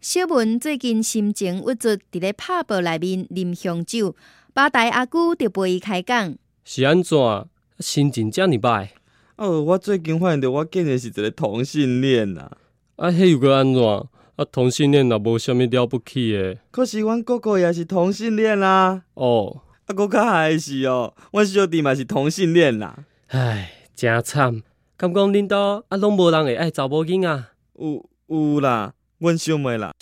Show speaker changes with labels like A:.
A: 小文最近心情郁卒，伫咧拍报内面啉香酒，吧台阿舅就陪伊开讲。
B: 是安怎？啊心情遮尔歹，
C: 哦，我最近发现着我竟然是一个同性恋呐、
B: 啊，迄又搁安怎？啊，同性恋若无啥物了不起诶。
C: 可是阮哥哥也是同性恋啦、
B: 哦，
C: 啊，啊，佫较害是哦，阮小弟嘛是同性恋啦、
B: 唉，真惨。敢讲恁兜啊，拢无人会爱查某囡仔。
C: 有有啦，阮小妹啦。